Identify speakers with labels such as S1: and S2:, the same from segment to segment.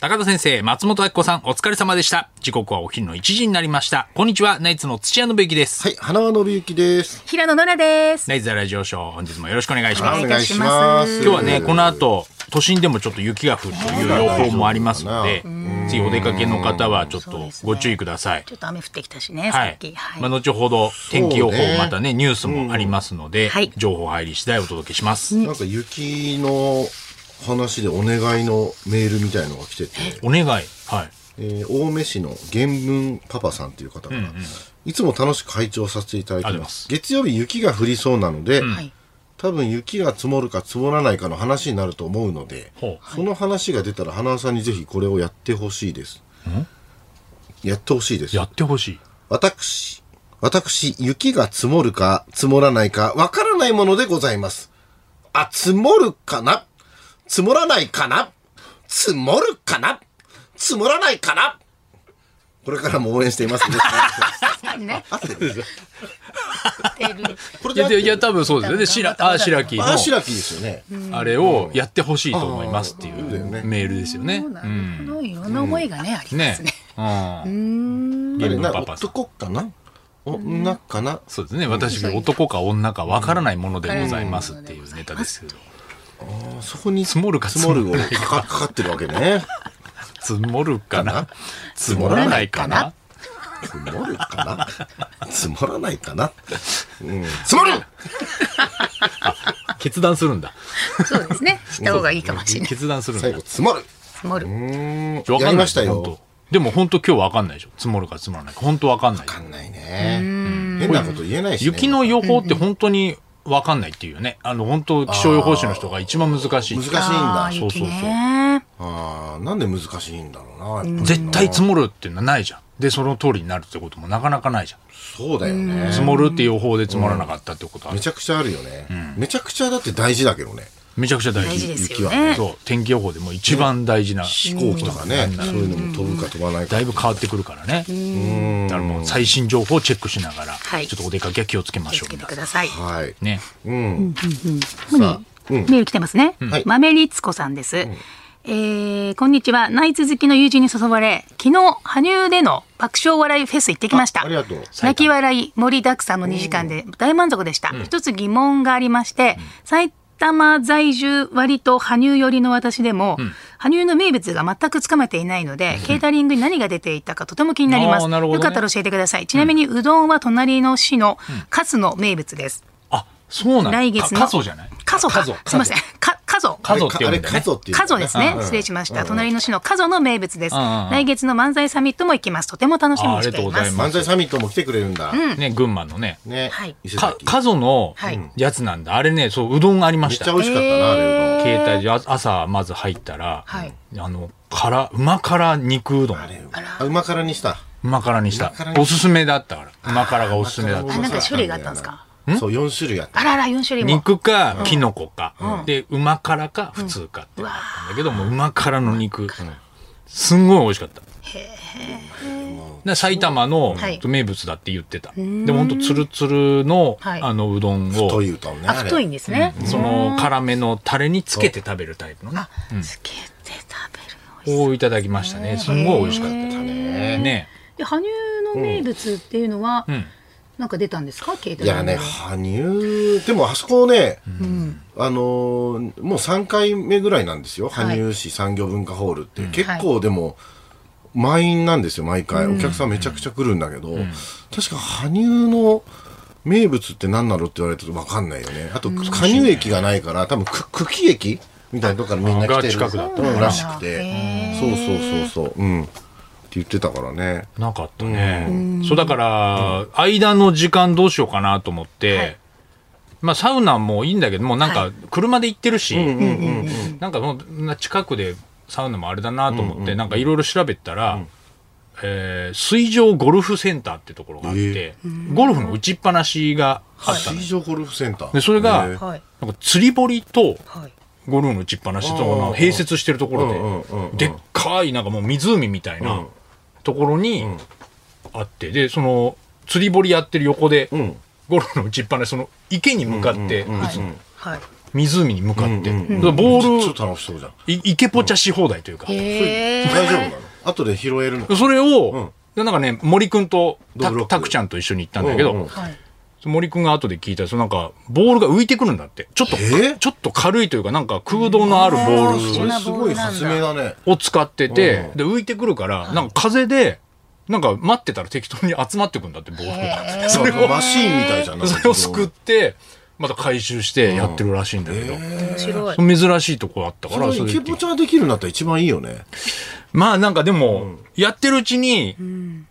S1: 高田先生、松本明子さん、お疲れ様でした。時刻はお昼の1時になりました。こんにちは、ナイツの土屋信之です。
S2: はい、花輪信之です。
S3: 平野ノラです。
S1: ナイツザラジオショー、本日もよろしくお願いし
S3: お
S1: ます。
S3: 願いします
S1: 今日はね、この後、都心でもちょっと雪が降るという予報もありますので、次お出かけの方はちょっ
S3: そう
S1: と
S3: ですね
S1: ご注意ください。
S3: ちょっと雨降ってきたしね、
S1: は
S3: さっ
S1: い
S3: き。。はい
S1: まあ、後ほど天気予報
S2: そうね、
S1: またね、ニュースもありますので
S3: はい、
S1: 情報入り次第お届けします。
S2: なんか雪の話でお願いのメールみたいのが来てて、
S1: お願い。はい。
S2: えー青梅市の原文パパさんという方から、いつも楽しく会長させていただいて
S1: あり
S2: ま
S1: ますす。
S2: 月曜日雪が降りそうなので、
S3: はい
S2: 多分雪が積もるか積もらないかの話になると思うので、
S1: ほう
S2: その話が出たら花輪さんにぜひこれをやってほしいです。やってほしいです。
S1: やってほしい。
S2: 私、私、雪が積もるか積もらないかわからないものでございます。あ、積もるかな積もらないかな積もるかな積もらないかなこれからも応援しています。
S3: ね、
S2: 合ってる
S3: 出る
S2: これ
S1: い
S2: で合
S1: や、
S2: ってる
S1: いや、多分そうですよね。しら、あ、白木の。
S2: あ、白木ですよね。
S1: あれをやってほしいと思いますってい
S2: うんだよね
S1: うメールですよね。
S3: そうなるほどいろんな思いがね、ありま
S1: ね
S3: すね。。
S1: うん。ゲー
S2: あれ
S1: ム
S2: な
S1: パパさん。
S2: 男かな女かな
S1: そうですね。私、男か女かわからないものでございますっていうネタですけど。
S2: あそこに
S1: 積もるか
S2: 積もる
S1: 積
S2: を
S1: もらない
S2: かかかかってるわけね。
S1: 積もるかな積も
S2: も
S1: ら
S2: ら
S1: な
S2: ないい
S1: か
S3: か
S1: な
S3: な
S2: 積もるかな積もらないかな、うん、積もる
S1: 決断するんだ。
S3: そうですね。した方がいいかもしれない。
S1: 決断するんだ
S2: 最。後、積もる
S3: 積もる。
S1: わかんな
S2: や
S1: い
S2: りましたよ
S1: 本当でも本当今日わかんないでしょ。積もるか積もらないか。本当わかんない。
S2: わかんないね。変なこと言えないし、ね。
S1: 雪の予報って本当にわかんないっていうね。あの、本当気象予報士の人が一番難しい
S2: 難。しいんだ
S3: あー。
S1: そうそうそう
S3: 雪ね。
S2: あーなんで難しいんだろうなやっぱりな。
S1: 絶対積もるっていうのはないじゃん。で、その通りになるってこともなかなかないじゃん。
S2: そうだよね。
S1: 積もるっていう予報で積もらなかったってことは
S2: めちゃくちゃあるよね、めちゃくちゃだって大事だけどね。
S1: めちゃくちゃ大事
S3: 大事です
S2: 雪
S3: よ
S2: は
S3: ね。
S1: そう天気予報でも一番大事な、
S2: 飛行機とかね、そういうのも飛ぶか飛ばないか。
S1: だいぶ変わってくるからねだからもう最新情報をチェックしながら、
S3: はい
S1: ちょっとお出かけは気をつけま
S3: 気
S1: し
S3: を
S1: ょう
S3: つけて
S1: 皆
S3: く
S1: さ
S3: ださい。
S2: はい。
S1: んね
S2: うん。
S3: さメール来てますね。
S2: はい
S3: 豆律子さんです。えーこんにちは。ナイツ好きの友人に誘われ、昨日、羽生での爆笑笑いフェス行ってきました。
S2: あありがとう
S3: 泣き笑い盛りだくさんの2時間で大満足でした。一つ疑問がありまして、埼玉在住割と羽生寄りの私でも、羽生の名物が全くつかめていないので、ケータリングに何が出ていたかとても気になりま
S1: あー
S3: す。
S1: なるほどね
S3: よかったら教えてください。ちなみに、うどんは隣の市のカスの名物です。
S1: あそうなんだ
S3: 来月の。
S1: 過疎じゃない
S3: 過疎か。
S1: 過疎
S3: すみません。か、過疎。
S1: 過疎って言
S2: あ
S1: うんだ
S2: れ、
S1: よね
S2: カゾっていう、
S3: 過疎ですね
S2: う。ん
S3: 失礼しました。隣の市の過疎の名物です。
S1: うんうんうん
S3: 来月の漫才サミットも行きます。とても楽しみに
S1: あありが
S3: していま
S1: とうござい
S3: す。
S1: ま
S2: 漫才サミットも来てくれるんだ。
S1: ね群馬のね
S2: ね。
S3: はい
S2: 伊勢
S1: か
S2: 崎
S1: 加須の
S3: はい
S1: やつなんだ、あれねそううどんありま
S2: めっ
S1: し
S2: ちゃ
S1: た
S2: 美味しかったな、あれう
S1: 携帯であ朝まず入ったら、
S3: はい
S1: あのから旨辛肉うどん
S2: どん。あれ、あうま辛にした。
S1: 旨辛にした
S2: 旨辛に
S1: おすすめだったから旨辛がおすすめだった
S3: あなんか種類があったんですか
S2: そう、4種類あった。
S3: あらら、4種類も。
S1: 肉か、キノコか、で、馬辛か、普通かってなったんだけど、もう馬辛の肉、すんごい美味しかった。で埼玉の
S3: はい
S1: 名物だって言ってた。でもほんとツルツルの、
S3: はい
S1: あのうどん
S2: と
S1: を、
S2: いうとね。
S3: あ、
S2: あれ
S3: 太いんですね。
S1: その辛めのタレにつけて食べるタイプのね
S3: あ、つけて食べるの美味しい。
S1: をいただきましたね。すんごい美味しかった。
S2: ね。
S1: ね
S3: で、羽生の名物っていうのは、
S1: ん
S3: なんか出たんですか携帯
S2: いやね、羽生、でもあそこね、あのーもう3回目ぐらいなんですよ、
S3: はい
S2: 羽生市産業文化ホールって、結
S3: は
S2: 構でも、満員なんですよ、毎回、お客さんめちゃくちゃ来るんだけど、確か羽生の名物って何なのって言われると分かんないよね、あと、加入駅がないから、多分く久喜駅みたいなとこからみんな来てる
S1: が近くだった
S2: うんらしく
S3: へ
S2: て、そうそうそうそう、うん、って言ってたからね。
S1: なかったね。そうだから、間の時間どうしようかなと思って、
S3: はい
S1: まあサウナもいいんだけど、もうなんか車で行ってるし、なんかもう近くでサウナもあれだなと思って、なんかいろいろ調べたら、えー水上ゴルフセンターってところがあって、ゴルフの打ちっぱなしがあったの
S2: 水
S1: よ
S2: 上ゴルフセンター。
S1: でそれが
S2: へー
S3: はい。
S1: なんか釣り堀と
S3: はい。
S1: ゴルフの打ちっぱなしと
S2: うん
S1: なんか併設してるところ
S2: うんうんうん
S1: ででっかいなんかもう湖みたい
S2: うん
S1: なところにあってでその釣り堀やってる横で
S2: うん
S1: ゴロの打ちっぱなしその池に向かって打つの
S3: はい。
S1: 湖に向かってボ
S2: ちょっ
S1: ール
S2: と楽しそうじゃん。
S1: い池ポチャし放題というか
S3: へえ。
S2: 大丈夫なの後で拾えるの
S1: それをなんかね森くんと
S2: ドブロッ
S1: た
S2: ク
S1: たくちゃんと一緒に行ったんだけど
S2: うんうん
S3: はい。
S1: 森くんが後で聞いたらそのなんかボールが浮いてくるんだってちょっと
S2: えー
S1: ちょっと軽いというかなんか空洞のあるボール
S2: それすごい発明だね。
S1: を使ってて、で浮いてくるから、なんか風で、なんか待ってたら適当に集まってくんだって、ボールが。 それ
S2: なんかマ
S1: を、
S2: シーンみたいじゃん。
S1: それをすくっ、
S2: って
S1: また回収してやってるらしいんだけど、
S3: 面白い。
S1: 珍しいとこあったから、
S2: そ
S1: そ
S2: れ
S1: れ
S2: イケポチャできるんだったら一番いいよね。
S1: まあなんかでも、やってるうちに、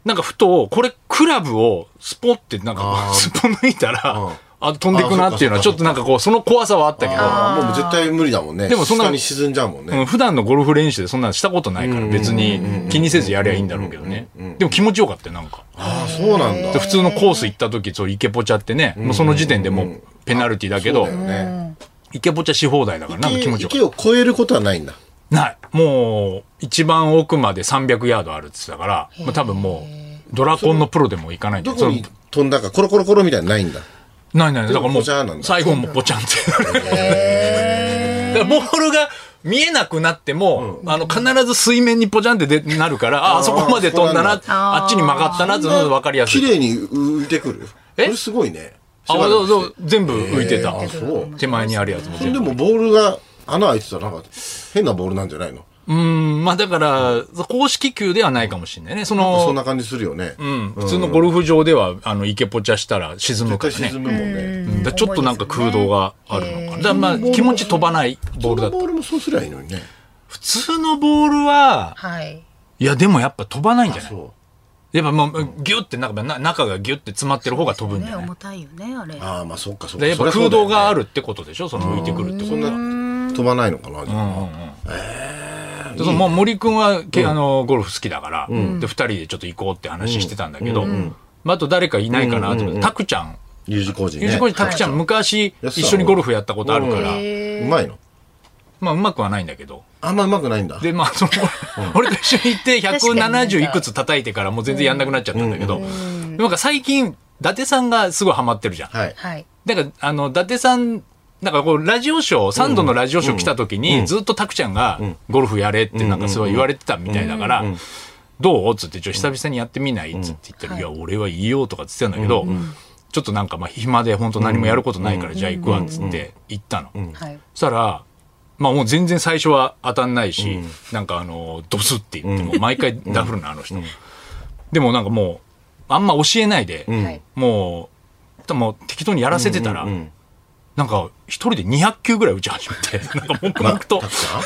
S1: なんかふと、これクラブをスポってなんか、 スポ抜いた
S2: うん
S1: ら、あ飛んでくなっていうのは、
S2: あ
S1: ち
S2: そ
S1: ょ
S2: っ
S1: っ
S2: か
S1: となんかこう、その怖さはあったけど、
S2: ああ、もう絶対無理だもんね。
S1: でもそんな
S2: 下に沈んじゃうもん
S1: う
S2: ね。
S1: ん普段のゴルフ練習でそんなのしたことないから別に気にせずやりゃいいんだろうけどね。でも気持ちよかったよ、なんか。
S2: ああ、そうなんだ
S1: で。普通のコース行った時そうイケポチャってね、もうその時点でもうペナルティだけど、
S2: ね。
S1: イケポチャし放題だからなんか気持ちよかっ
S2: 池を越えることはないんだ。
S1: たないもう一番奥まで300ヤードあるっつったから、まあ、多分もうドラコンのプロでも行かないんだ
S2: ど
S1: よ
S2: こに飛んだか、コロコロコロみたいなのないん
S1: そ
S2: だ。
S1: のないないだからも
S2: ポチャーなん
S1: う
S2: だ
S1: 最後もうポチャンって だからボールが見えなくなっても、あの必ず水面にポチャンってでなるからああそこまで飛んだな
S2: あーそ
S1: あっちに曲がったなっていうのが分かりやす
S2: 綺
S1: い
S2: 麗に浮いてくる。そ
S1: え
S2: れすごいね。
S1: あ
S2: しばらく
S1: そうそ
S2: し
S1: う全部浮いてた、
S2: えーそう
S1: 手前にあるやつも
S2: て
S1: 全
S2: で
S1: 部
S2: もボールが穴開いてたらなんか変なボールなんじゃないの
S1: うん、まあだから、公式球ではないかもしれないね。そ
S2: そん
S1: の、
S2: な感じするよね。
S1: うん普通のゴルフ場では、あの、池ポチャしたら沈むか
S2: 絶対
S1: らね。
S2: 沈むもんね。
S1: うんだからちょっとなんか空洞があるのかな。だからまあ気持ち飛ばないボールだ
S2: その
S1: った。
S2: ボールもそうすりゃいいのにね。
S1: 普通のボールは、
S3: はい。
S1: いやでもやっぱ飛ばないんじゃない
S2: そう。
S1: やっぱもうギュってなんかな中がギュって詰まってる方が飛ぶんじ
S3: ね
S1: ゃないだか
S3: 重たいよねあれ。
S2: ああ、まあそっかそっ
S1: ら
S2: か。
S1: やっぱ空
S2: そりゃそうだよ
S1: 洞
S2: ね
S1: があるってことでしょその浮いてくるってこと
S2: そんな飛ばないのかな、じゃあ
S1: でそのもう森君は、けあのゴルフ好きだから、で2人でちょっと行こうって話してたんだけど、まあ、あと誰かいないかなと思って、タクちゃん
S2: U 字工事ね。
S1: ゆうじこじたくちゃん昔一緒にゴルフやったことあるから、
S2: うまいの
S1: まあうまくはないんだけど。
S2: あんまうまくないんだ。
S1: で、まあその、俺と一緒に行って170いくつ叩いてからもう全然やんなくなっちゃったんだけど、なんか最近、伊達さんがすごいハマってるじゃん。
S2: はい。
S3: はい。
S1: だから、あの、伊達さん、なんかこう、ラジオショー、サンドのラジオショー来た時に、ずっとタクちゃんが、ゴルフやれってなんかすごい言われてたみたいだから、どうっつって、ちょ、久々にやってみないっつって言ったら、いや、俺はいいよとかっつってたんだけど、ちょっとなんかまあ暇で本当何もやることないから、じゃあ行くわっつって行ったの。
S3: はい。
S1: そしたら、まあもう全然最初は当たんないし、なんかあの、ドスって言って、もう毎回ダフるな、あの人。でもなんかもう、あんま教えないで、
S3: はい。
S1: もう、もう適当にやらせてたら、なんか一人で200球ぐらい打ち始めて、なんか黙々と、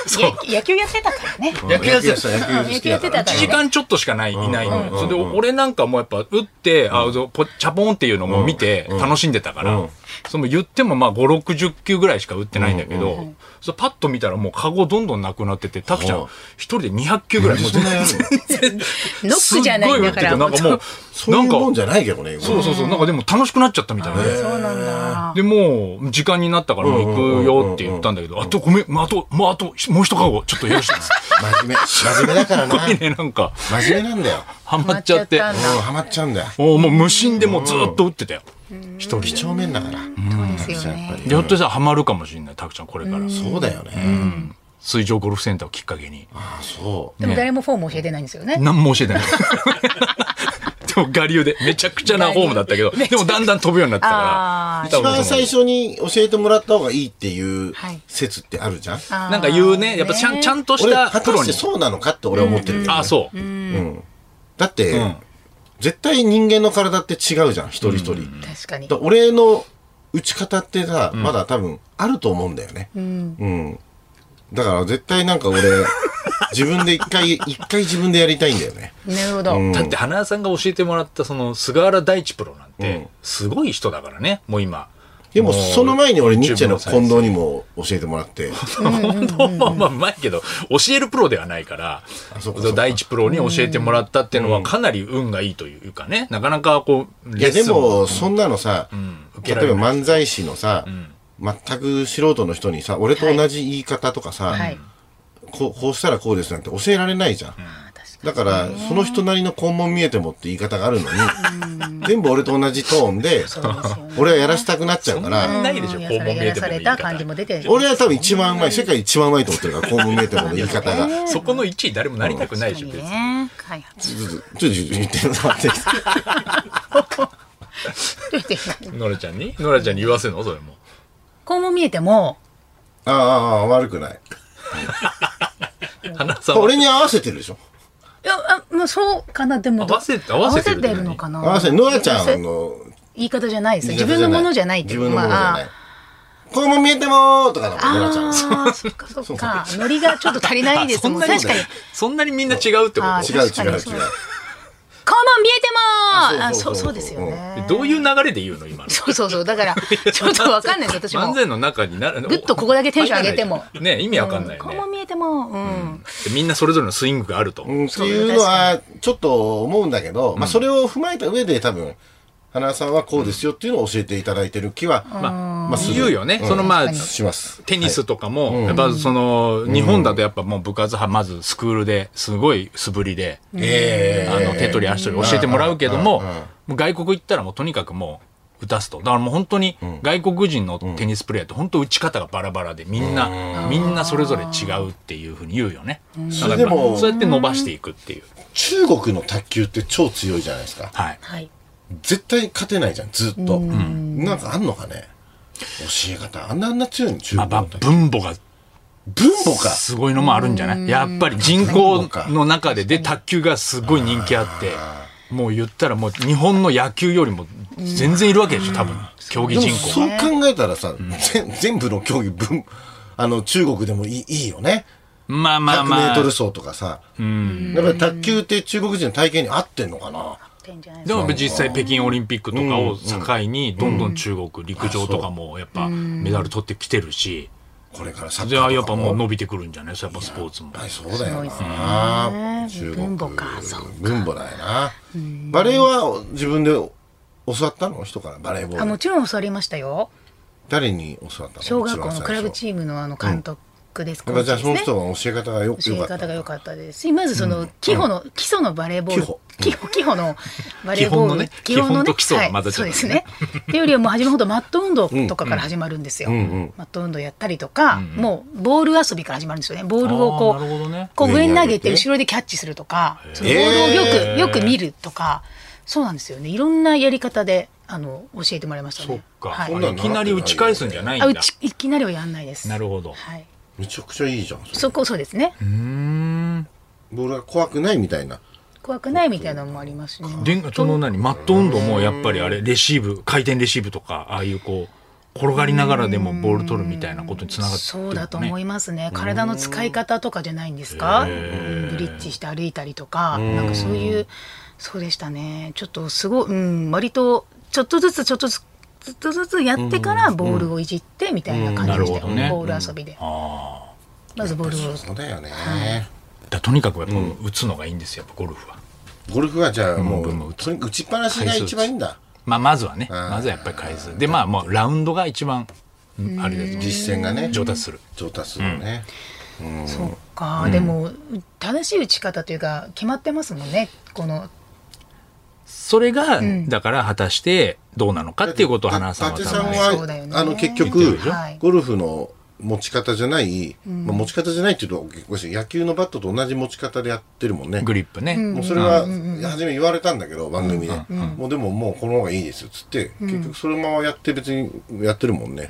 S1: そう、
S3: や野球やってたからね。
S1: 野球やってた
S2: 野球好きだから
S3: 野球やってたか
S1: 1
S3: ら
S1: 時間ちょっとしかない、いないの。それで俺なんかもうやっぱ打って、あそうポチャポンっていうのも見て楽しんでたから、その言ってもまあ5、60球ぐらいしか打ってないんだけど、そうパッと見たらもうカゴどんどんなくなってて、タクちゃん一人で200球ぐらい、もう全 然、
S3: ノックじゃないんだから。
S1: すっごい打っててなんか
S2: そ
S1: もう、
S2: うい
S1: な
S2: うんもん
S1: か、
S2: じゃないけどね、
S1: そうそうそう、なんかでも楽しくなっちゃったみたいな。
S3: そうなんだ。
S1: で、もう、時間になったからもう行くよって言ったんだけど、あとごめん、まああと、まああと、もう一カゴ、ちょっとよろしい ですか。
S2: 真面目。真面目だからな。
S1: いいね、なんか、
S2: 真面目なんだよ。
S1: ハマっちゃって
S3: ハマ。っちゃった
S2: うん、ハマっちゃうんだよ。
S1: おもう無心でもうずっと打ってたよ。一人
S2: 几
S1: で。
S2: 帳面だから。そう
S3: ですよね
S1: ひょっとしたらハマるかもしれない、たくちゃん、これから。
S2: そうだよね。
S1: 水上ゴルフセンターをきっかけに。
S2: あ、そう。
S3: でも誰もフォーム教えてないんですよね。
S1: 何も教えてない。 でも、我流で、めちゃくちゃなフォームだったけど、でもだんだん飛ぶようになってた
S3: あー
S1: から。
S2: 一番最
S1: 初。
S2: 初に教えてもらった方がいいっていう
S3: はい
S2: 説ってあるじゃん。
S1: なんか言うね、やっぱちゃんちゃんとし
S2: 俺、
S1: た
S2: 果
S1: プ
S2: た
S1: ロに
S2: して。そうなのかって俺は思ってるけどね
S1: あ、そう。
S2: だって
S1: ん、
S2: 絶対人間の体って違うじゃん、一人一人。
S3: 確かに。
S2: だ俺の打ち方ってさ、まだ多分あると思うんだよね。うん。だから絶対なん か俺、自分で一回、一回自分でやりたいんだよね。
S3: なるほど。
S1: だって花さんが教えてもらったその菅原大地プロなんてすごい人だからねもう今
S2: でもその前に俺、ニッチェの
S1: YouTube
S2: 近藤にも教えてもらって、
S1: 本当まあまあうまいけど教えるプロではないから
S2: そうかそうか
S1: 大地プロに教えてもらったっていうのはかなり運がいいというかねなかなかこう
S2: いやで
S1: も
S2: も、そんなのさ、
S1: 受
S2: 例
S1: けら
S2: えば
S1: れない
S2: 漫才師のさ、全く素人の人にさ、俺と同じ言い方とかさ、
S3: はい。
S2: こうこうしたらこうですなんて教えられないじゃん。
S3: あ
S2: だから、その人なりの肛門見えてもって言い方があるのに、全部俺と同じトーンで、俺はやらしたくなっちゃうから、
S1: ないでしょ、
S3: や
S1: 肛
S3: さ
S1: 門
S3: れ
S1: 見
S3: や
S1: え
S3: ら
S1: ても
S3: さ
S1: の
S3: れ
S1: 言い方
S3: た感じも出てる
S2: 俺は多分一番うまい、世界一番うまいと思ってるから、肛門見えてもの言い方が。ち
S1: そこの1位誰もなりたくないでしょ、別に。
S3: ね開発
S2: ょっと、ちょっと言ってもらっていいですか
S1: ノラちゃんにノラちゃんに言わせるのそれも。
S3: こう見えても
S2: ああああ、悪くない。
S1: 花さんは
S2: 俺に合わせてるでしょ。
S3: いやあもうそうかなでも
S1: 合わせて合わせてる
S3: 合わるのかな
S2: 合わせて、ノアちゃんの
S3: 言い方じゃないです自分のものじゃないってい
S2: 自
S3: う
S2: 分のものじゃ
S3: ま
S2: ない
S3: あ。
S2: 肛門見えてもーとかだもん、ノアちゃん。
S3: ああ、そっ かそっか。ノリがちょっと足りないですもん。
S1: あ そんなに
S3: 確かに。
S1: そんなにみんな違うってこ
S3: あ
S2: 違
S1: と
S2: う違
S3: 確かに
S2: う違う。
S3: そう肛門見えてもあ、
S2: あそ
S3: そうう
S2: そ
S3: そう
S2: そう
S3: うですよね。
S1: どういう流れで言うの今の。
S3: そうそうそう。だから、ちょっとわかんないです、私も
S1: 漫。才の中になる
S3: ぐっとここだけテンション上げても。
S1: ね意味わかんないよ
S3: うん
S1: ね
S3: 肛。門見えても、うん。
S1: でみんなそれぞれのスイングがあると。
S2: うんっていうのは、ちょっと思うんだけど、まあ、それを踏まえた上で多分、花さんはこうですよっていうのを教えていただいてる気は、まあ、まあ、する
S1: 言うよね。そのまあ、
S2: します。
S1: テニスとかも、やっぱその、日本だとやっぱもう部活はまずスクールですごい素振りで、
S2: ええ
S1: あの、手取り足取り教えてもらうけども、もう外国行ったらもうとにかくもう、打たすと。だからもう本当に外国人のテニスプレーヤーって本当打ち方がバラバラで、みんな、みんなそれぞれ違うっていうふうに言うよね。だから
S2: それで
S1: やっ
S2: も
S1: ぱそうやって伸ばしていくっていう。
S2: 中国の卓球って超強いじゃないですか。
S1: はい。
S3: はい。
S2: 絶対勝てないじゃん、ずっと。なんかあんのかね教え方。あんなあんな強いの中
S1: まあ、
S2: 国
S1: ば
S2: の卓球。
S1: 分母が
S2: 分母か。
S1: すごいのもあるんじゃないやっぱり人口の中でで卓球がすごい人気あって、もう言ったらもう日本の野球よりも全然いるわけでしょ、多分。競技
S2: でも
S1: 人口
S2: そう
S1: が。
S2: 考えたらさ、ぜ全部の競技分、あの、中国でもいいいいよね。
S1: まあまあ
S2: 100メ
S1: ま
S2: ー
S1: あ
S2: ト。ル走とかさ。だから卓球って中国人の体型に合ってんのかな
S3: ってんじゃない
S1: でも実際北京オリンピックとかを境に、どんどん中国、陸上とかもやっぱメダル取ってきてるし、
S2: これからサッ
S1: じ
S2: カーと
S1: ゃ
S2: か
S1: あやっぱもう伸びてくるんじゃないそうやっぱスポーツも。
S2: あそうだよ
S3: す
S2: な。
S3: すごいですね分母かそうか
S2: 分母だよな。バレーは自分で教わったの人からバレーボ
S3: あ
S2: ー
S3: も
S2: ル。
S3: ちろん教わりましたよ。
S2: 誰に教わったの
S3: 小学校のクラブ
S2: ー
S3: チームのあの監督です
S2: ム。やっぱじゃあ
S3: コ
S2: そ
S3: ー
S2: の
S3: チですね
S2: 人は教え方がよ
S3: 教
S2: よ
S3: え
S2: かった
S3: 方。が良かったですしまずその基礎の、基礎のバレーボール基礎基礎のバレー
S1: 基本
S3: ボール
S1: のね基本と基礎が混ざっちゃ
S3: そう
S1: っ
S3: で
S1: た
S3: す
S1: ね
S3: ねっていうよりはもう始めほどマット運動とかから始まるんですよ、マット運動やったりとか、もうボール遊びから始まるんですよねボールをこ
S1: あーなるほど
S3: う,、
S1: ね
S3: こう上に投
S2: 上に投
S3: げて
S2: げて
S3: 後ろでキャッチするとかそのボールをよくよく見るとかそうなんですよねいろんなやり方であの教えてもらいました
S1: そっ
S3: ね
S1: か。
S3: はい
S2: ん
S1: あ
S2: な
S1: れいきなり打ち返すんじゃない
S3: あ
S1: ん
S3: う
S1: だ。
S3: ちいきなりはやんないです
S1: なるほど。
S3: はい、
S2: めちゃくちゃいいじゃん。それ
S3: そこそうですね
S2: ボールが怖くないみたいな。
S3: 怖くないみたいなのもありますしね
S1: でその何マット運動もやっぱりあれレシーブ回転レシーブとかああいうこう転がりながらでもボール取るみたいなことにつながって
S3: そうだと思
S1: い
S3: いますね体の使い方とかじゃないんですか、うんブリッジして歩いたりとかなんかそういうそうでしたねちょっとすごい、うん、割とちょっとずつちょっとずつちょっとずつやってからボールをいじってみたいな感じでしたよ、
S1: うんなるほど
S3: ボ
S1: ね
S3: ール遊びで、まずボールを
S2: そうだよね。
S1: だとにかくやっぱ打つのがいいんですよやっぱゴルフは、
S2: ゴルフはじゃあも
S1: うん
S2: う、とにかく打ちっぱなしが一番いいんだ。
S1: まあ、まずはねまずはやっぱり回数でまあもうラウンドが一番うんあれです
S2: 実践がね。
S1: 上達する
S2: 上達するね。
S3: そうか、でも正しい打ち方というか決まってますもんねこの
S1: それが、だから果たしてどうなのかっていうことを花さんは
S2: 伊
S1: 多
S2: 達さん
S1: 分ね
S3: そうだよ
S2: は、
S3: ね
S2: あの、
S1: 言
S2: 結
S1: っ
S2: 局
S1: てるでしょ
S3: はい、
S2: ゴルフの持ち方じゃない、まあ持ち方じゃないっていうと、結構です野球のバットと同じ持ち方でやってるもんね。
S1: グリップね、
S2: もうそれは、初め言われたんだけど、番組で。もうでももうこの方がいいですよ、つって、結局そのままやって別にやってるもんね。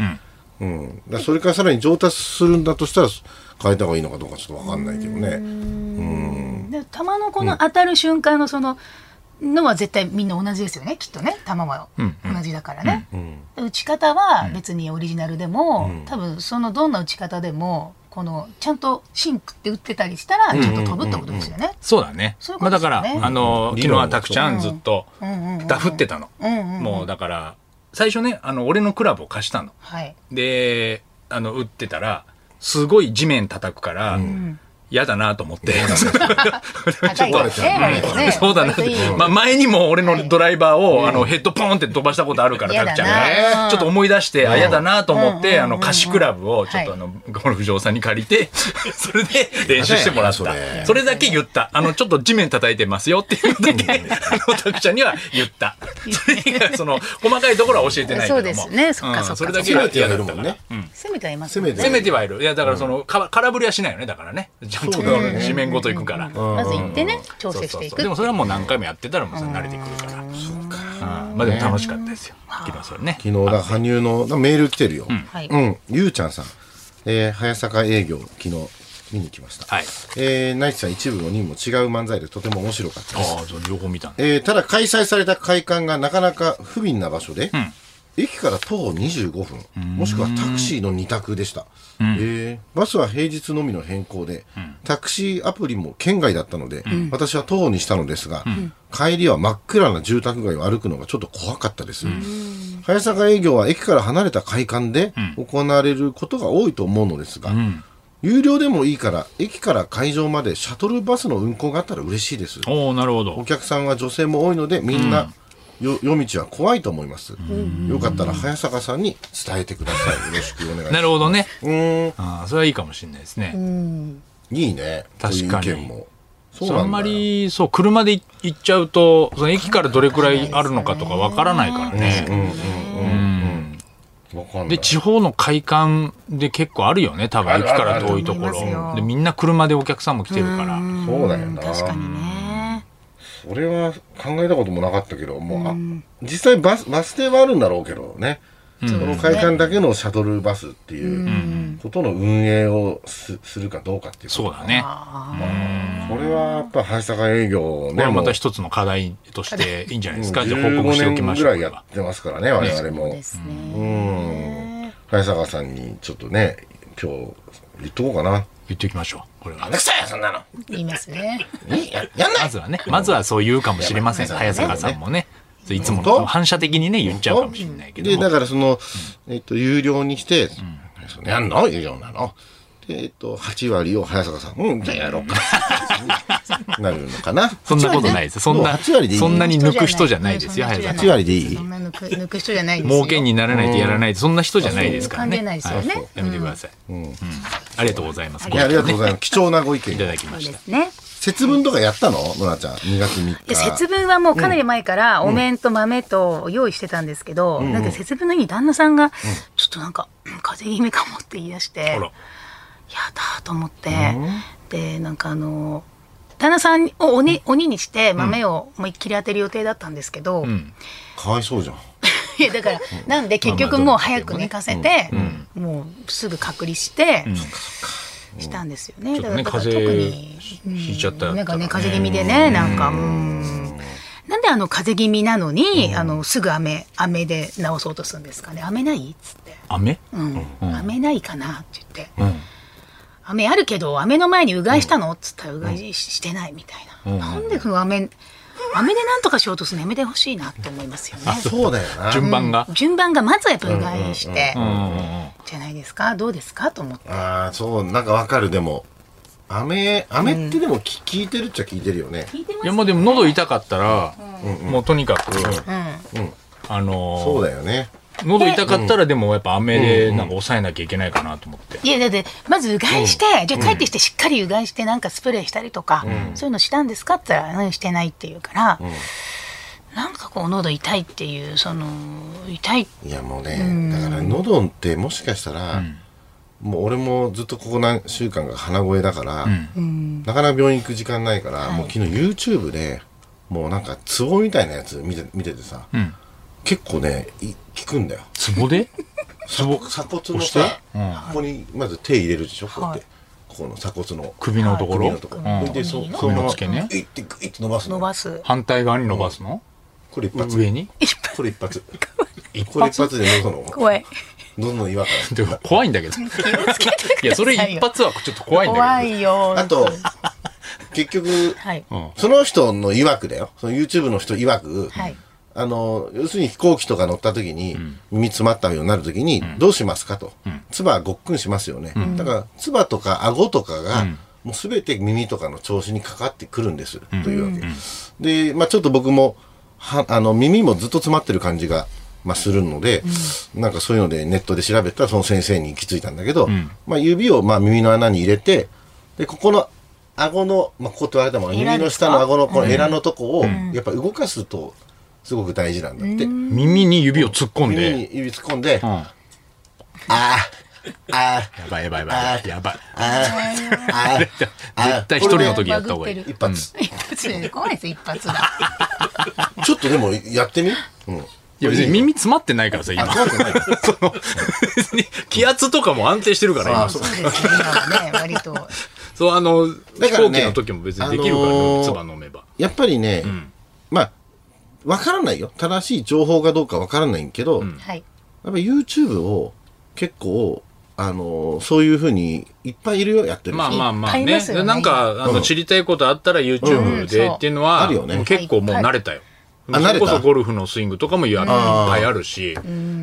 S2: うん。だからそれからさらに上達するんだとしたら、変えた方がいいのかどうかちょっとわかんないけどね。
S3: で球のこの当たる瞬間のその、のは絶対みんな同じですよねきっとね球は同じだからね、打ち方は別にオリジナルでも、多分そのどんな打ち方でもこのちゃんとシンクって打ってたりしたらちゃんと飛ぶってことですよね、
S1: そうだね。
S3: そういう
S1: ま
S3: こ
S1: あ
S3: とで
S1: だ
S3: すよ
S1: か
S3: ね
S1: ら、あの、昨
S2: 理
S1: 日
S2: 論
S1: はたくちゃんずっと、ダフってたの。もうだから、最初ね、あの、俺のクラブを貸したの。
S3: はい
S1: で、あの、打ってたら、すごい地面叩くから、嫌だなと思って。
S3: 高いですね割とね
S1: そうだなって
S3: 割といい。
S1: まあ前にも俺のドライバーを、あのヘッドポンって飛ばしたことあるから、
S3: 嫌
S1: タク
S3: だな
S1: ちゃんが。ちょっと思い出して、あ、嫌だなと思って、あの貸しクラブをちょっと
S3: は
S1: あの、ゴルフ場さんに借り て、それで練習してもらっ
S2: それ
S1: た。それだけ言った。あの、ちょっと地面叩いてますよっていうだけ、あの、タクちゃんには言った。それ以外、その、細かいところは教えてないけども。
S3: そうですねそっかそっか
S1: うんそれだけ
S2: 攻
S1: は
S2: めてや
S1: 嫌だ
S2: れ
S1: った
S2: る
S1: か
S2: も
S1: ら
S2: んね。
S3: 攻めてはいます
S2: 攻めて
S1: 攻めてはいる。いや、だからその、か空振りはしないよね、だからね。ちゃんと地面ごと行くから。
S3: まず行ってね調整していく
S1: でもそれはもう何回もやってたらもうさ慣れてくるからそうか、うんまあでも楽しかったですよ昨日それね
S2: 昨日だ、羽生のだメール来てるよ。
S3: はい
S2: うん、ゆうちゃんさん。えー、早坂営業、昨日見に来ました。
S1: はい
S2: えー、ナイツさん一部5人も違う漫才でとても面白かったです。
S1: ああそう両方見たんだ
S2: えーただ開催された会館がなかなか不憫な場所で、駅から徒歩25分、もしくはタクシーの2択でした。えーバスは平日のみの変更で、タクシーアプリも県外だったので、私は徒歩にしたのですが、帰りは真っ暗な住宅街を歩くのがちょっと怖かったです。早坂営業は駅から離れた会館で行われることが多いと思うのですが、有料でもいいから、駅から会場までシャトルバスの運行があったら嬉しいです。
S1: おおなるほど
S2: お客さんは女性も多いのでみんな、よ夜道は怖いと思います、よかったら早坂さんに伝えてくださいよろしくお願いしま
S1: な
S2: す
S1: るほどね
S2: うーん
S1: ああそれはいいかもしれないですね、
S2: いいね
S1: 確かに
S2: こういう意見もそう
S1: そう
S2: なんだよ
S1: あんまりそう車で行っちゃうとその駅からどれくらいあるのかとかわからないからね
S2: わかんな
S1: で
S2: い
S1: 地方の会館で結構あるよね多分駅から遠いとこ
S3: あるあるあると思います
S1: ろ
S3: よ
S1: でみんな車でお客さんも来てるから
S2: そうだよな
S3: 確かにね
S2: 俺は考えたこともなかったけどもう、あ実際バスバス停はあるんだろうけどね、その会館だけのシャトルバスっていうことの運営をすするかどうかっていうこと
S1: そうだね
S2: これはやっぱ早坂営業を
S1: これ
S2: ね
S1: はま
S2: も
S1: た
S2: う
S1: 一つの課題としていいんじゃないですか、じゃあ報
S2: 15
S1: 告しておきま
S2: 年
S1: し
S2: ぐ
S1: ょう
S2: ら
S1: こ
S2: い
S1: れ
S2: や
S1: は
S2: ってますからね、我々
S3: そう
S2: も
S3: で。すね
S2: うん。早坂さんにちょっとね、今日言っとこうかな。
S1: 言っておきましょうこれは
S2: めんどくさいよ、そんなの。
S3: 言いますね
S2: ややんな
S1: まずはね、まずはそう言うかもしれません。早坂さんもね。そういつも
S2: 本当
S1: の反射的にね、言っちゃうかもしれないけど
S2: で、だ
S1: も。
S2: からその、えっと、有料にして、そのやんの有料なの。で、えっと、8割を早坂さん、うん、じゃあやろうか。なるのかな。
S1: そんなことないです。そん
S2: もう
S1: な、
S2: 8割でいい
S1: そんなに抜く人じゃないですよ、
S3: うん
S1: 早坂さ
S2: 8
S1: ん。
S2: 割でいい
S3: そんな抜く抜く人じゃないですよ
S1: 儲けにならないとやらないと、そんな人じゃないですからね。
S3: 関係ないですよね
S1: はやめてください。うんありがとうございます。
S2: いや、ありがとうございます。貴重なご意見
S1: い。ただきま
S3: そう
S1: し
S3: で
S1: た。
S3: すね
S2: 節分とかやったのノラちゃん、2月3日。
S3: で節分はもうかなり前からお面と豆と用意してたんですけど、なんか節分の日に旦那さんが、ちょっとなんかうん風邪気味かもって言い出して
S1: ほ
S3: や
S1: ら
S3: だ。ーと思って、でなんかあの旦那さんを鬼鬼にして豆を思いっきり当てる予定だったんですけど、
S2: かわいそうじゃん。
S3: いやだからなんで結局もう早く寝かせて、もうすぐ隔離して、したんですよね。
S1: ちょっとね
S3: だからだか
S1: 風
S3: ら特
S1: 邪
S3: に
S1: ひいちゃった
S3: なんかね風邪気味でねなんかうんなんであの風邪気味なのにあのすぐ雨雨で治そうとするんですかね雨ないっつって、
S1: 雨
S3: うん雨ないかなって言って、雨あるけど雨の前にうがいしたのっつったらうがいししてないみたいな、なんでその雨雨でなんとかしようとするのやめてほしいなって思いますよね。
S2: そうだよな。
S1: 順番が。
S3: 順番がまずはやっぱうがいして
S1: うんうんうん
S3: じゃないですかどうですかと思っ て
S2: ああそうなんかわかるでも雨雨ってでもき、聞いてるっちゃ聞いてるよね
S3: 聞いてま
S1: い
S3: す
S1: や、もうでも喉痛かったら、もうとにかく、あのー、
S2: そうだよね
S1: 喉痛かったらでもやっぱ雨でなんか抑えなきゃいけないかなと思って。
S3: いやだってまずうがいして、じゃあ帰ってきてしっかりうがいしてなんかスプレーしたりとか、そういうのしたんですかって言ったらうんしてないっていうから、なんかこう喉痛いっていうその痛い
S2: いやもうねだから喉ってもしかしたら、もう俺もずっとここ何週間が鼻声だから、なかなか病院行く時間ないから、もう昨日 YouTube でもうなんかツボみたいなやつ見て見ててさ、結構ねい効くんだよ
S1: ツボで
S2: 鎖骨鎖骨の
S1: 押し
S2: さ
S1: て、
S2: ここにまず手入れるでしょ、こうやって
S3: は
S2: ここの鎖骨の
S1: 首のところ
S2: 首のところ、
S1: うん
S2: でそ
S3: 首
S2: う
S3: の
S2: そのまま
S1: 付け根
S2: グイってグイって伸ばすの
S3: 伸ばす
S1: 反対側に伸ばすの、
S2: これ一発
S1: 上に
S2: これ一発これ一発で喉の
S3: 怖い
S2: 喉の違和感
S1: でも怖いんだ けど。いや、それ一発はちょっと怖いんだ
S3: 怖
S1: けど。
S3: いよ
S2: あ と結局
S3: はい、
S2: その人の曰くだよその YouTube の人曰く、
S3: はい
S2: あの要するに飛行機とか乗った時に、耳詰まったようになる時に、どうしますかと、唾ごっくんしますよね、だから唾とか顎とかが、もう全て耳とかの調子にかかってくるんです、というわけ、で、まあ、ちょっと僕もはあの耳もずっと詰まってる感じが、まあ、するので、なんかそういうのでネットで調べたらその先生に行き着いたんだけど、まあ、指をまあ耳の穴に入れてでここの顎の、まあ、こことあれだもん
S3: エラ
S2: 耳の下の
S3: ですか
S2: 顎のこのエラのとこを、やっぱ動かすとすごく大事なんだって、
S1: 耳に指を突っ込ん
S2: 耳
S1: で。
S2: に指突っ込んで、
S1: うん
S2: あーあー
S1: やばいやばいやばい。やばい。
S2: あーあーあー
S1: 絶対一人の時やった方がいい。
S2: 一発、
S3: 一発怖いです一 発が
S2: ちょっとでもやってみ、うん、
S1: いや別に耳詰まってないからさ、今。
S2: 怖くない
S1: その、別に気圧とかも安定してるから、今。
S3: そうですね今はね割と
S1: そう、あの、
S2: だ
S1: 飛
S2: から
S1: 行
S2: ね
S1: 機の時も別にできるから
S2: あの
S1: ね、
S2: ー
S1: 唾飲めば。
S2: やっぱりね、まあわからないよ正しい情報かどうかわからないけど、やっ
S3: はい
S2: ぱ YouTube を結構あのーそういうふうにいっぱいいるよやってる人
S1: まあまあまあ
S3: いっぱいい
S1: ね
S3: ますよね
S1: なんか、あ
S2: う
S1: の、
S2: ん
S1: 知りたいことあったら
S3: うん
S1: YouTube でっていうの
S2: そう
S1: は、
S2: あるよね
S1: もう結構もう慣れたよ。
S2: あ慣れた
S1: それこそゴルフのスイングとかもやるいっ
S2: あー
S1: ぱいあるし、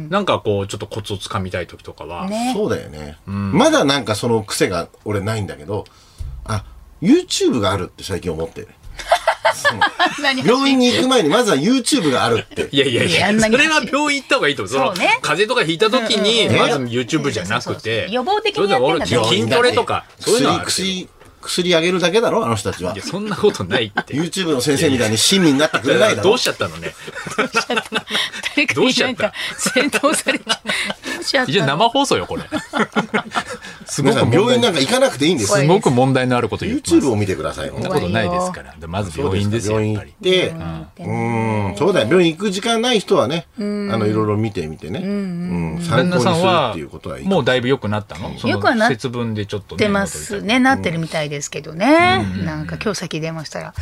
S1: なんかこう、ちょっとコツをつかみたい時とかは、
S3: ね
S2: そうだよね、まだなんかその癖が俺ないんだけどあ YouTube があるって最近思ってる
S3: 何
S2: 病院に行 く前にまずは YouTube があるって
S1: いやいやい
S3: いやあ
S1: や、
S3: んな
S1: そ
S3: に
S1: れは病院行った方がいいと思う。その、
S3: そうね
S1: 風邪とかひいた時に、
S2: うんうん
S1: まず YouTube じゃなく
S3: そうそうそ
S1: て
S3: う、予防的にやってん
S1: そ
S3: だ
S1: れで俺筋トレとか、そういうのはあ
S2: 薬
S1: るけどい
S2: 薬薬あげるだけだろあの人たちは
S1: や、そんなことないって。
S2: YouTube の先生みたいに親身になってくれないだろ
S1: どうしちゃったのね。
S3: 誰か
S1: どう
S3: に
S1: しち
S3: な
S1: ゃ
S3: ん
S1: った
S3: か先導されちゃどうしちゃっ た
S1: じゃあ生放送 よ、これ。すごく
S2: 皆さん
S1: 問
S2: 病
S1: 題
S2: 院なんか行かなくていいんです
S3: 怖
S1: す
S3: い
S1: ごく問題のあること言ってます。
S2: YouTube を見てください
S1: そんな
S3: 怖
S1: こ
S3: い
S1: とないですから。でまず病院ですよ、
S2: 病院
S1: やっ
S2: 行
S1: ぱ
S2: っ
S1: り。
S2: てうーんそうだよ病院行く時間ない人はねあのいろいろ見てみてねうん参
S1: 旦那
S2: 考にす
S1: さ
S2: る
S1: ん
S2: っ
S1: は
S2: ていうことはいい
S1: もうだいぶ良くなったのその
S3: 良くはなっ
S1: 節分でちょっと
S3: って
S1: ね
S3: ますね、なってるみたいですけどね、なんか今日先電話したら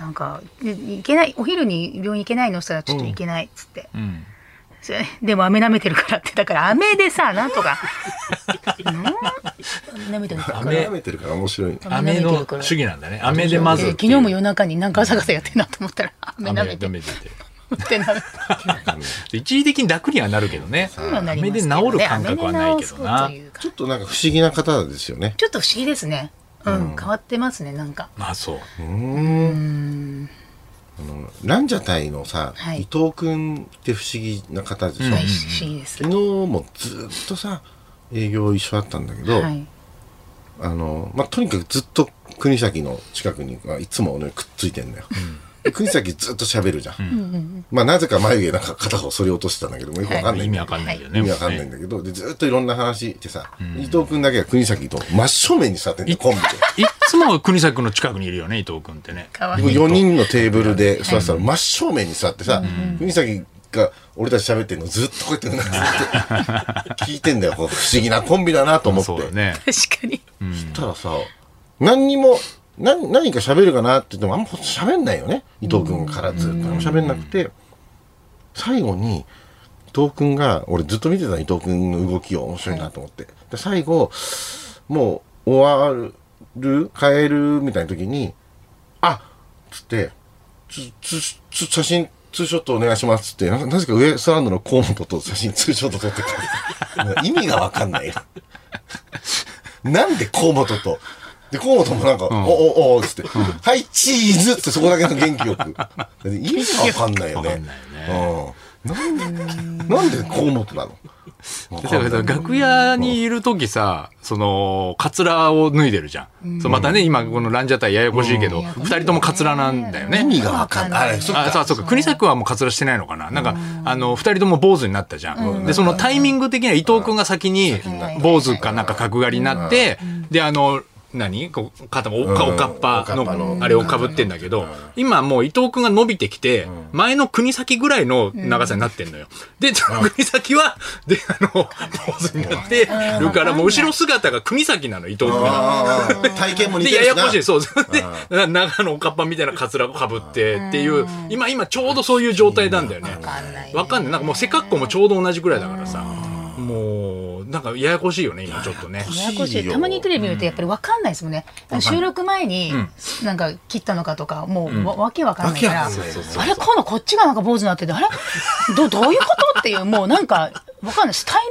S3: なんか「いいけないお昼に病院行けないの?」そしたら「ちょっと行けない」っつって、それでも飴舐めてるから」ってだから飴でさなんとか「うん舐めてるから」
S1: 飴
S2: 舐めてるから面白いね
S1: 飴の主義なんだね。飴でまず。
S3: で昨日も夜中になんか朝方やってんなと思ったら飴
S1: 飴
S3: 舐
S1: 舐
S3: め
S1: め
S3: て
S1: て
S3: 舐め
S1: る。
S3: て舐めて
S1: 一時的に楽にはなるけどね。
S3: そうなんだり
S1: 飴
S3: ま
S1: で
S3: すけ
S1: 治
S3: どね
S1: る感覚はないけどな
S3: 飴で。治すというか
S2: ちょっとなんか不思議な方ですよね
S3: ちょっと不思議ですねうん、変わってますねなんか
S1: まあそう。
S2: ランジャタイのさ
S3: はい
S2: 伊藤君って不思議な方でしょ
S3: はい不思議です、
S2: 昨日もずっとさ営業一緒だったんだけど
S3: はい
S2: あの、まあ、とにかくずっと国崎の近くにはいつも俺くっついてんだよ。で国崎ずっと喋るじゃん。まあ、なぜか眉毛なんか片方剃り落としてたんだけど、もうよくわかんない
S1: 意
S2: ん
S1: 味
S2: だ
S1: わかんないよ
S2: けど。
S1: ね。
S2: 意味わかんないんだけど、で、ずっといろんな話してさ、伊藤君だけは国崎と真正面に座ってんだよ、コンビで。
S1: いっつも国崎の近くにいるよね、伊藤君ってね。
S3: かわいい
S2: 僕4人のテーブルで座ってたら真正面に座ってさ、国崎が俺たち喋ってるのずっとこうやってうなずいて 聞いてんだよ、こう不思議なコンビだなと思って。
S1: そうだね。
S3: 確かに
S2: たらさ、何にも、何何か喋るかなって言っても、あんま喋んないよね。伊藤君からずっと喋んなくて、最後に、伊藤君が、俺ずっと見てた伊藤君の動きを面白いなと思って。で、最後、もう終わる、帰るみたいな時に、あつって、つ、つ、つ、写真、ツーショットお願いしますっつって、なんかなぜかウエストランドの河本と写真ツーショット撮ってた。もう意味がわかんないよ。なんで河本と。で、河本もなんか、おおおっつって、はい、チーズっつってそこだけの元気よく。で意味がわかんないよね。うん。なんで、なんで河本なのわかんない
S1: 楽屋にいる時さ、その、カツラを脱いでるじゃん。そうまたね、今このランジャタイややこしいけど、二人ともカツラなんだよね。
S2: 意味がわかんない。あれ、そっ
S1: あ、そう
S2: か。
S1: そうか。国崎はもうカツラしてないのかな。なんか、あの、二人とも坊主になったじゃん。で、そのタイミング的には伊藤くんが先に坊主かなんか角刈りになって、で、あの、何こう肩もおか
S2: うん
S1: おかっぱ
S2: おかっぱの
S1: のあれをかぶってんだけど、今もう伊藤くんが伸びてきて、前の国崎ぐらいの長さになってんのよ。で、国崎は、で、あの、坊主になってるから、もう後ろ姿が国崎なの、伊藤くんが。
S2: あー体験も似
S1: で、
S2: てる
S1: や
S2: しな
S1: やこしい。そう。で、な長野おかっぱみたいなカツラをかぶってっていう、今、今ちょうどそういう状態なんだよね。わかんない。わかんない。なんかもう背格好もちょうど同じぐらいだからさ。もう、なんかややこしいよね、今ちょっとね。
S3: ややこし
S2: いい
S3: い
S2: よ
S3: たまにテレビ見るとやっぱり分かんないですもんね、収録前になんか切ったのかとかもうわ,、け分かんないから
S2: わけわかんないそう
S3: あれ 今度こっちがなんか坊主になっててあれどどういうことっていうもうなんか分かんないスタイ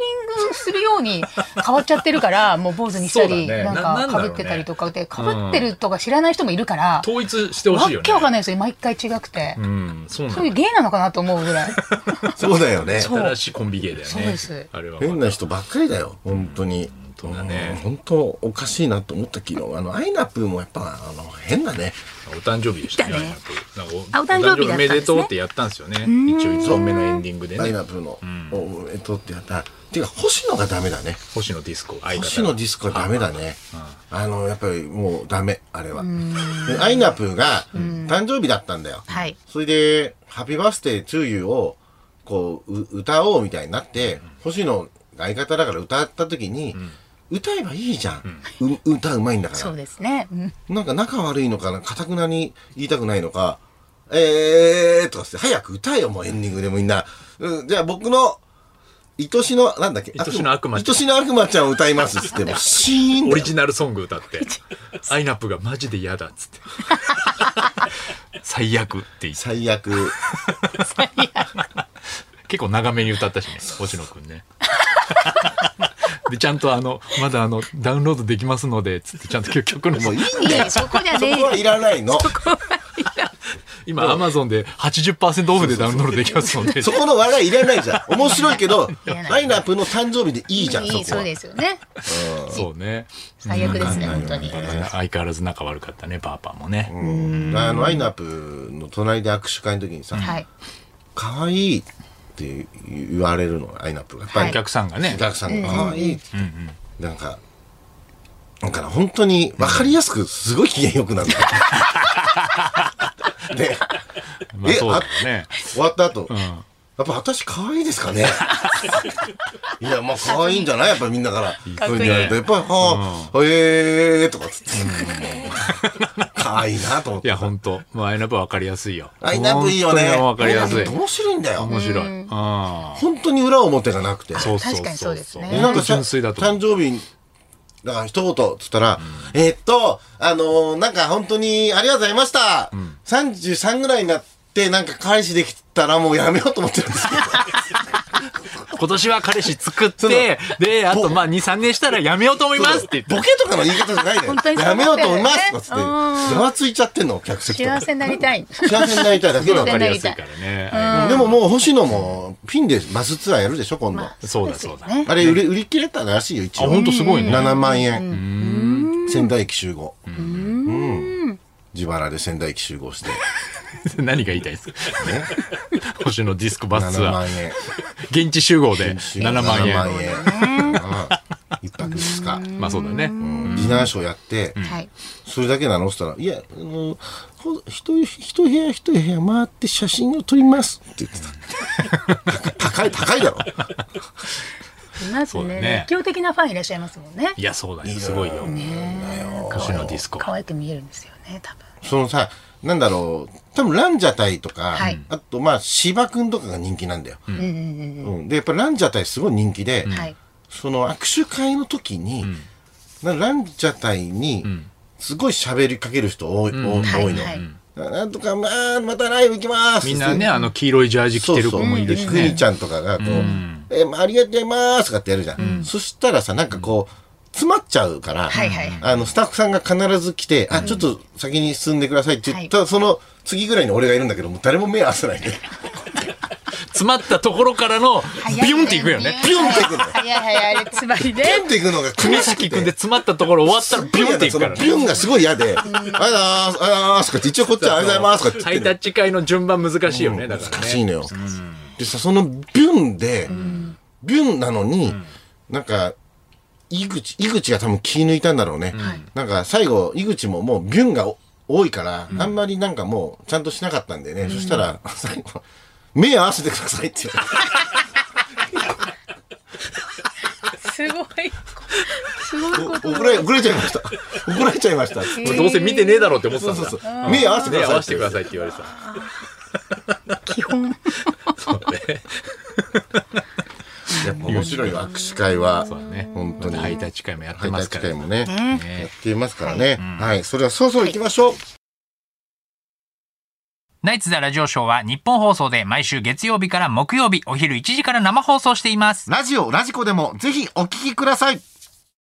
S3: グするように変わっちゃってるから、もう坊主にしたり、
S1: そうだね
S3: なん
S1: ななんだ
S3: か
S1: ろうね
S3: 被ってたりとかで、被ってるとか知らない人もいるから、
S1: 統一してほ
S3: わ
S1: しいよ
S3: っ
S1: ね
S3: けわかんないですよ、毎回違くて。
S1: うんそうな
S3: そうい
S1: ん
S3: う芸なのかなと思うぐらい。
S2: そうだよね。
S3: そう
S1: 新しいコンビ芸だよね
S3: そうです
S1: あれは
S2: 変な人ばっかりだよ、本当に。
S1: 当だね
S2: うん本当おかしいなと思った昨日、あの、アイナップもやっぱ、あの、変だね。
S1: お誕生日でした
S3: だね
S1: なんか
S3: あお誕生日だったんですね
S1: おおめでとうってやったんですよね一応1本目のエンディングで
S2: アイ
S1: ね
S2: ナップの、おめでとうってやった。てか、星野がダメだね。
S1: 星野ディスコ相
S2: 星
S1: 方
S2: 野
S1: が
S2: ディスコはダメだね。あの、やっぱりもうダメ、あれは。でアイナップが誕生日だったんだよ。
S3: はい
S2: それで、ハッピーバースデートゥーユーを、こうう歌おうみたいになって、星野が相方だから歌った時に、歌えばいいじゃん。う歌うまいんだから
S3: そう。ですね。うん
S2: なんか仲悪いのかな、かたくなに言いたくないのか、えーとかして、早く歌えよ、もうエンディングでもみんな。うん、じゃあ僕の、愛しの、なんだっけ
S1: 愛しの悪魔ちゃん
S2: 愛しの悪魔ちゃんを歌いますっつっ て、もうシーン
S1: オ
S2: だ
S1: リ
S2: よ
S1: ジナルソング歌 ってアイナップがマジで嫌だっつって 最悪って言って
S2: 最悪。
S1: 結構長めに歌ったしね星野く んねでちゃんとあのまだあのダウンロードできますのでつってちゃんと曲の
S2: もういいん
S3: い
S2: だ
S3: やい
S2: よ。
S3: やそこじゃ
S2: そ
S3: ね
S2: こはいら ないの。
S1: 今アマゾンで80%オフでダウンロードできますので
S2: そこの笑いいらないじゃん。面白いけど
S3: いら、ない
S2: ライナップの誕生日でいいじゃん、
S3: いい、
S2: そこ
S3: そう
S2: は。
S3: ですよね。
S1: そうね
S3: 最悪ですね、本当に。
S1: 相変わらず仲悪かったねパーパーもね、
S2: あの、アイナップの隣で握手会の時にさ、
S3: はい。
S2: 可愛いって言われるの、アイナップが。やっぱ
S3: は
S2: り
S3: い
S1: お客さんがね
S2: お客さんが「ああいい」ってなんかなんかな本当に分かりやすくすごい機嫌よ くなるので
S1: まあ
S2: え
S1: そうだよね
S2: 終わった後、やっぱ私可愛いです かねいやまあ可愛いんじゃないやっぱみんなからそういうふうに言われるとやっぱ「はあへえ」とかつって可愛いなと思っ
S1: い
S2: て
S1: や本当もうアイナップは分かりやすいよ
S2: ラインナップいいよね
S1: 本当に分かりやす
S2: ラ
S1: い
S2: インナップ面白いんだよ
S1: 面白いうん
S2: 本当に裏表がなくて
S1: そうそうそう
S3: 確かにそうですね
S2: え
S1: 本
S2: か
S1: 当
S2: さ
S1: 純粋だと思う
S2: 誕生日だから一言っつったら、えーっとあのーなんか本当にありがとうございました、33ぐらいになってなんか彼氏できたらもうやめようと思ってるんですけど
S1: 今年は彼氏作っ
S2: その
S1: てであとまあ23年したらやめようと思いますって言って
S2: ボケとかの言い方じゃないで、
S3: 本当にそう
S2: やめようと思いま
S3: だ
S2: す
S3: よ
S2: と
S3: ね
S2: かつってざわついちゃってんの客席とか
S3: 幸せになりたい。
S2: 幸せになりたいだけな
S1: 分か
S2: の
S1: りやすいからねアイナッ
S2: でももう星野もピンでバスツアーやるでしょ今度、
S1: プそうだそうだ
S3: ね。
S2: あれ売り売り切れたらしいよ一応
S1: あほんとすごいね
S2: 7万円仙台駅集合うん自腹で仙台駅集合して
S1: 何が言いたいですか
S2: ね
S1: 星野ディスコバスツ
S2: 7
S1: アー
S2: 万円
S1: 現地集合で7万円
S2: 7万円うん一泊二日
S1: まあそうだね、
S2: うんディナーショーやって
S3: はい。
S2: それだけなのっつったら「いやあのほ一人一部屋一部屋回って写真を撮ります」って言ってた高い高いだろ
S3: います
S1: そうだ
S3: ね。
S1: ね
S3: 熱狂的なファンいらっしゃいますもんね。
S1: いやそうだよすごいよ星野ディスコ
S3: 可愛く見えるんですよね、多分。
S2: そのさ、なんだろう、多分ランジャタイとか、
S3: はい
S2: あとまあ芝くんとかが人気なんだよ。うんで、やっぱランジャタイすごい人気で、
S3: はい。
S2: その握手会の時に、なランジャタイに、すごい喋りかける人多い,多い、多いの。
S3: はい
S2: ななんとか、まあ、またライブ行きます
S1: みんなねあの黄色いジャージ着
S2: そ
S1: て
S2: う
S1: る
S2: そ
S1: 子
S2: う。
S1: もいる
S2: で、
S1: し
S2: くに
S1: ね
S2: ちゃんとかが、こう、えーまあ、ありがとうございますとかってやるじゃん。そしたらさ、なんかこう、詰まっちゃうから、
S3: はいはい
S2: あの、スタッフさんが必ず来て、あ、ちょっと先に進んでくださいって言ったら、その次ぐらいに俺がいるんだけど、もう誰も目合わせないで、
S1: 詰まったところからのビヨンっていくよね
S2: ピュンっていくのよ。
S3: いやいやいや、あれ、つまりね
S2: ピ。ュンっていくのが悔
S1: 指
S2: しく
S1: 先
S2: て
S1: 組んで詰まったところ終わったらビヨンっていく
S2: そ
S1: か
S2: の
S1: ら
S2: ピュンがすごい嫌で、ありがとうございます、ありがとうございますとかって、一応こっちはありがとうございますとかって
S1: ハ
S2: 言
S1: イ
S2: ってん
S1: タッ
S2: の
S1: チ会の順番難しいよねだから
S2: 難しい
S1: ね
S2: のよ。でさ、そのビュンで、ビュンなのに、なんか、井口、井口が多分気抜いたんだろうね。なんか最後、井口ももうビュンがお多いから、あんまりなんかもうちゃんとしなかったんだよね。そしたら、最後、目合わせてくださいって言われて。
S3: すごい。すごいこと。
S2: 怒ら怒れちゃいました。怒られちゃいました。
S3: い
S1: どうせ見てねえだろうって思って
S2: そ
S1: た
S2: うそうんそう
S1: だ。
S2: 目合わせて
S1: 目
S2: くだ
S1: 合
S2: さい
S1: わ
S2: っ
S1: せて
S2: て
S1: く
S2: 言わ
S1: だ
S2: れ
S1: さい
S2: て。
S1: って言われてた
S3: 基本。
S2: やっぱ面白いわ握手会は。
S1: ね
S2: 本当に。
S1: ハイタッチ会もやっ
S2: ハ
S1: て
S2: イタ
S1: ま
S2: ッ
S1: す
S2: チ
S1: から
S2: 会もね。
S1: ね
S2: やっていますからね。はい。それでは、そうそう行きましょう。
S4: ナイツザラジオショーは日本放送で毎週月曜日から木曜日お昼1時から生放送しています。
S2: ラジオ、ラジコでもぜひお聞きください。